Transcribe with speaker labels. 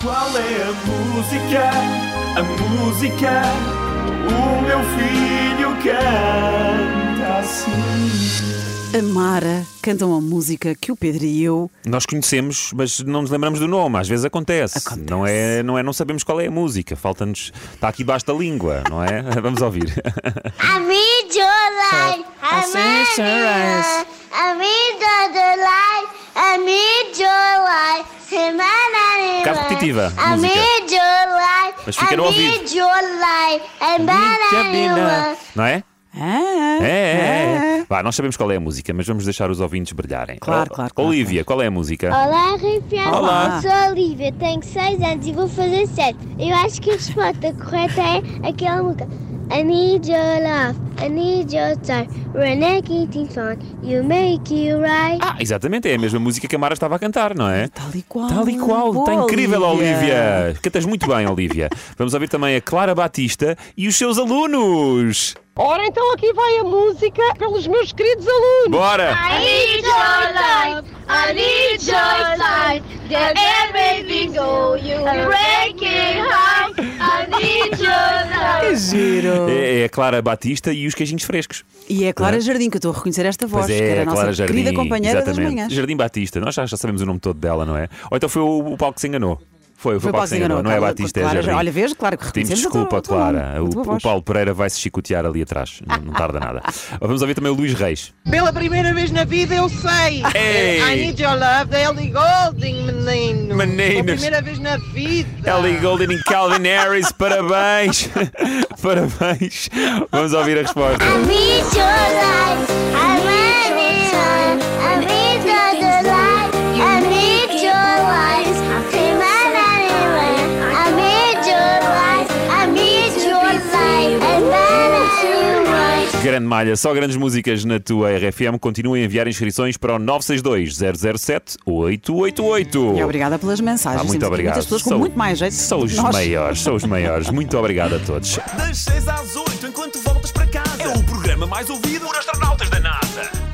Speaker 1: Qual é a música? A música? O meu filho canta assim.
Speaker 2: A Mara canta uma música que o Pedro e eu.
Speaker 3: Nós conhecemos, mas não nos lembramos do nome, às vezes acontece.
Speaker 2: Acontece.
Speaker 3: Não, é, não é, não sabemos qual é a música, falta-nos. Está aqui debaixo da língua, não é? Vamos ouvir.
Speaker 4: I read your light. I read your light. I read the light. I read your light.
Speaker 3: Fica repetitiva a
Speaker 4: I
Speaker 3: música.
Speaker 4: read your light.
Speaker 3: Mas fica
Speaker 4: I
Speaker 3: no ouvido.
Speaker 4: read your light. And banana.
Speaker 3: Não é?
Speaker 2: Ah, ah.
Speaker 3: É, é, é. Vá, nós sabemos qual é a música, mas vamos deixar os ouvintes brilharem.
Speaker 2: Claro,
Speaker 3: Oh,
Speaker 2: claro, claro,
Speaker 3: Olivia, qual é a música?
Speaker 4: Olá, arrepiado.
Speaker 3: Olá.
Speaker 4: Sou a Olivia, tenho 6 anos e vou fazer 7. Eu acho que a resposta correta é aquela música. I need your love, I need your time. We're naked fun, you make you right.
Speaker 3: Ah, exatamente, é a mesma música que a Mara estava a cantar, não é?
Speaker 2: Tal e qual.
Speaker 3: Tal e qual,
Speaker 2: Ah, Boa,
Speaker 3: está incrível, Olivia. Cantas muito bem, Olivia. Vamos ouvir também a Clara Batista e os seus alunos.
Speaker 5: Ora, então aqui vai a música pelos meus queridos alunos. Ah,
Speaker 3: Bora!
Speaker 4: I need your love, I need your light. That everything go, you break it high. I need your love.
Speaker 2: Que giro.
Speaker 3: É, é a Clara Batista e os queijinhos frescos.
Speaker 2: E é a Clara Jardim que eu estou a reconhecer esta voz,
Speaker 3: Pois é,
Speaker 2: que era a nossa
Speaker 3: Clara Jardim.
Speaker 2: querida companheira
Speaker 3: exatamente.
Speaker 2: das manhãs.
Speaker 3: Jardim Batista, nós já, já sabemos o nome todo dela, não é? Ou então foi o, o Paulo que se enganou. Foi, foi o Paulo que se enganou, não é
Speaker 2: Clara-
Speaker 3: Batista,
Speaker 2: Clara
Speaker 3: é Jardim.
Speaker 2: Jardim. Olha, vês, claro que
Speaker 3: Pedimos
Speaker 2: reconhecemos a tua-
Speaker 3: desculpa,
Speaker 2: a tua
Speaker 3: Clara.
Speaker 2: nome, a tua
Speaker 3: O, o
Speaker 2: voz.
Speaker 3: Paulo Pereira vai se chicotear ali atrás. Não, não tarda nada. Vamos ouvir também o Luís Reis.
Speaker 5: Pela primeira vez na vida eu sei.
Speaker 3: Ei!
Speaker 5: I need your love da Ellie Golding, menino.
Speaker 3: Meninos.
Speaker 5: Pela primeira vez na vida.
Speaker 3: Ellie Golden e Calvin Harris, parabéns! parabéns! Vamos ouvir a resposta.
Speaker 4: I need your light, I need your light. I need the light, I need your light. Take my night away. I need your light, I need your light. And my night away.
Speaker 3: Grande malha, só grandes músicas na tua RFM. Continua a enviar inscrições para o 962 007 888.
Speaker 2: E obrigada pelas mensagens.
Speaker 3: Ah, muito
Speaker 2: Temos aqui
Speaker 3: obrigado.
Speaker 2: Muitas pessoas com muito mais jeito.
Speaker 3: São os
Speaker 2: que nós.
Speaker 3: maiores, são os maiores. Muito obrigado a todos.
Speaker 1: Das 6 às 8, enquanto voltas para casa. É o programa mais ouvido por astronautas da NASA.